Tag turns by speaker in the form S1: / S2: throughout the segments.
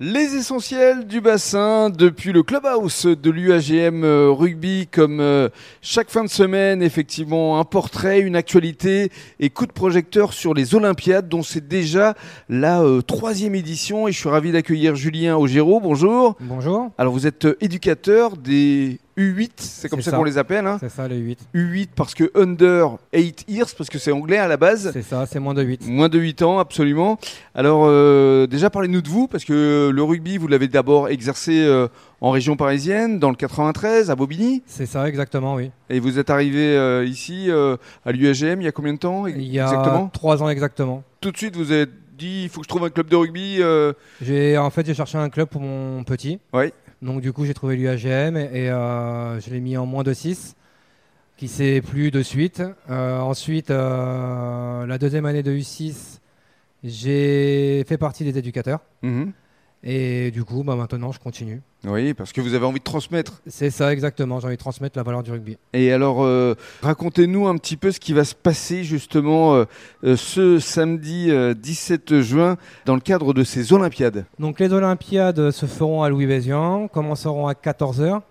S1: Les essentiels du bassin depuis le clubhouse de l'UAGM rugby comme euh, chaque fin de semaine effectivement un portrait, une actualité et coup de projecteur sur les Olympiades dont c'est déjà la euh, troisième édition et je suis ravi d'accueillir Julien Augéro. Bonjour.
S2: Bonjour.
S1: Alors vous êtes euh, éducateur des U8, c'est comme
S2: C'est
S1: ça,
S2: ça.
S1: qu'on les appelle. Hein.
S2: C'est ça le 8.
S1: U8 parce que under 8 years parce que c'est anglais à la base.
S2: C'est ça, c'est moins de 8.
S1: Moins de 8 ans, absolument. Alors, euh, déjà, parlez-nous de vous, parce que le rugby, vous l'avez d'abord exercé euh, en région parisienne, dans le 93, à Bobigny,
S2: C'est ça exactement, oui.
S1: et vous êtes arrivé euh, ici, euh, à l'UAGM, il y a combien de temps
S2: Il y a
S1: exactement
S2: 3 ans exactement.
S1: Tout de suite, vous avez dit, il faut que je trouve un club de rugby. euh,
S2: J'ai en fait j'ai cherché un club pour mon petit.
S1: Oui.
S2: Donc du coup j'ai trouvé l'UAGM et, et, euh, je l'ai mis en moins de 6 qui s'est plu de suite. Euh, ensuite euh, la deuxième année de U6 j'ai fait partie des éducateurs
S1: mhm.
S2: et du coup bah, maintenant je continue.
S1: Oui, parce que vous avez envie de transmettre.
S2: C'est ça exactement, j'ai envie de transmettre la valeur du rugby.
S1: Et alors, euh, racontez-nous un petit peu ce qui va se passer justement euh, euh, ce samedi euh, 17 juin dans le cadre de ces Olympiades.
S2: Donc les Olympiades se feront à Louis Vézian, commenceront à 14h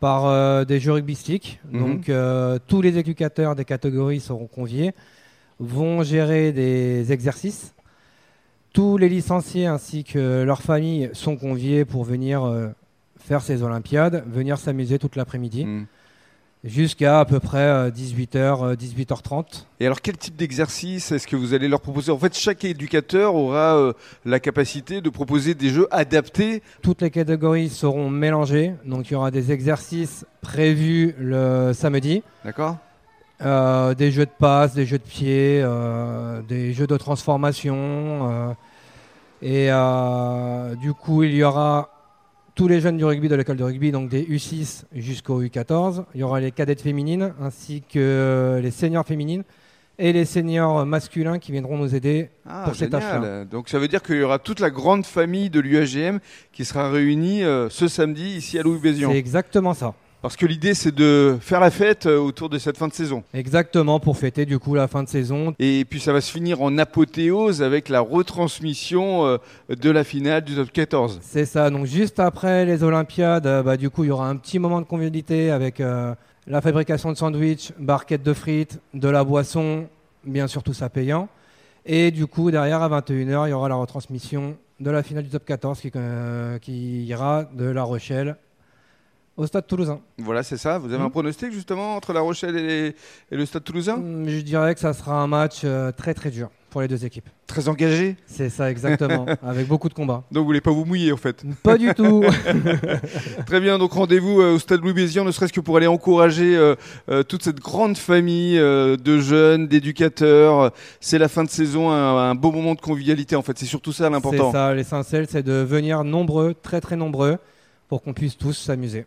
S2: par euh, des jeux rugbystiques.
S1: Mhm.
S2: Donc euh, tous les éducateurs des catégories seront conviés, vont gérer des exercices. Tous les licenciés ainsi que leurs familles sont conviés pour venir euh, faire ces Olympiades, venir s'amuser toute l'après-midi
S1: Mhm.
S2: jusqu'à à peu près euh, 18h, 18h30.
S1: Et alors, quel type d'exercice est-ce que vous allez leur proposer En fait, chaque éducateur aura euh, la capacité de proposer des jeux adaptés.
S2: Toutes les catégories seront mélangées, donc il y aura des exercices prévus le samedi.
S1: D'accord
S2: Euh, des jeux de passe, des jeux de pied, euh, des jeux de transformation. euh, et euh, du coup, il y aura tous les jeunes du rugby de l'école de rugby, donc des U6 jusqu'aux U14. Il y aura les cadettes féminines ainsi que les seniors féminines et les seniors masculins qui viendront nous aider.
S1: ah,
S2: Pour ces
S1: génial.
S2: tâches-là.
S1: Donc, ça veut dire qu'il y aura toute la grande famille de l'UAGM qui sera réunie euh, ce samedi ici à Louis-Bézion.
S2: C'est exactement ça.
S1: Parce que l'idée, c'est de faire la fête euh, autour de cette fin de saison.
S2: Exactement pour fêter du coup la fin de saison.
S1: Et puis, ça va se finir en apothéose avec la retransmission euh, de la finale du top 14.
S2: C'est ça. Donc juste après les Olympiades, euh, bah, du coup, il y aura un petit moment de convivialité avec euh, la fabrication de sandwichs, barquettes de frites, de la boisson, bien sûr tout ça payant. Et du coup, derrière à 21h, il y aura la retransmission de la finale du Top 14 qui, euh, qui ira de La Rochelle au Stade Toulousain.
S1: Voilà, c'est ça. Vous avez
S2: Mhm.
S1: un pronostic justement entre La Rochelle et, et le Stade Toulousain
S2: Hum, Je dirais que ça sera un match euh, très très dur pour les deux équipes.
S1: Très engagé.
S2: C'est ça exactement, avec beaucoup de combats.
S1: Donc, vous voulez pas vous mouiller en fait
S2: Pas du tout.
S1: Très bien, donc rendez-vous euh, au Stade Louis Bézian, ne serait-ce que pour aller encourager euh, euh, toute cette grande famille euh, de jeunes, d'éducateurs. C'est la fin de saison, un, un beau moment de convivialité en fait. C'est surtout ça l'important.
S2: C'est ça, l'essentiel, c'est de venir nombreux, très très nombreux, pour qu'on puisse tous s'amuser.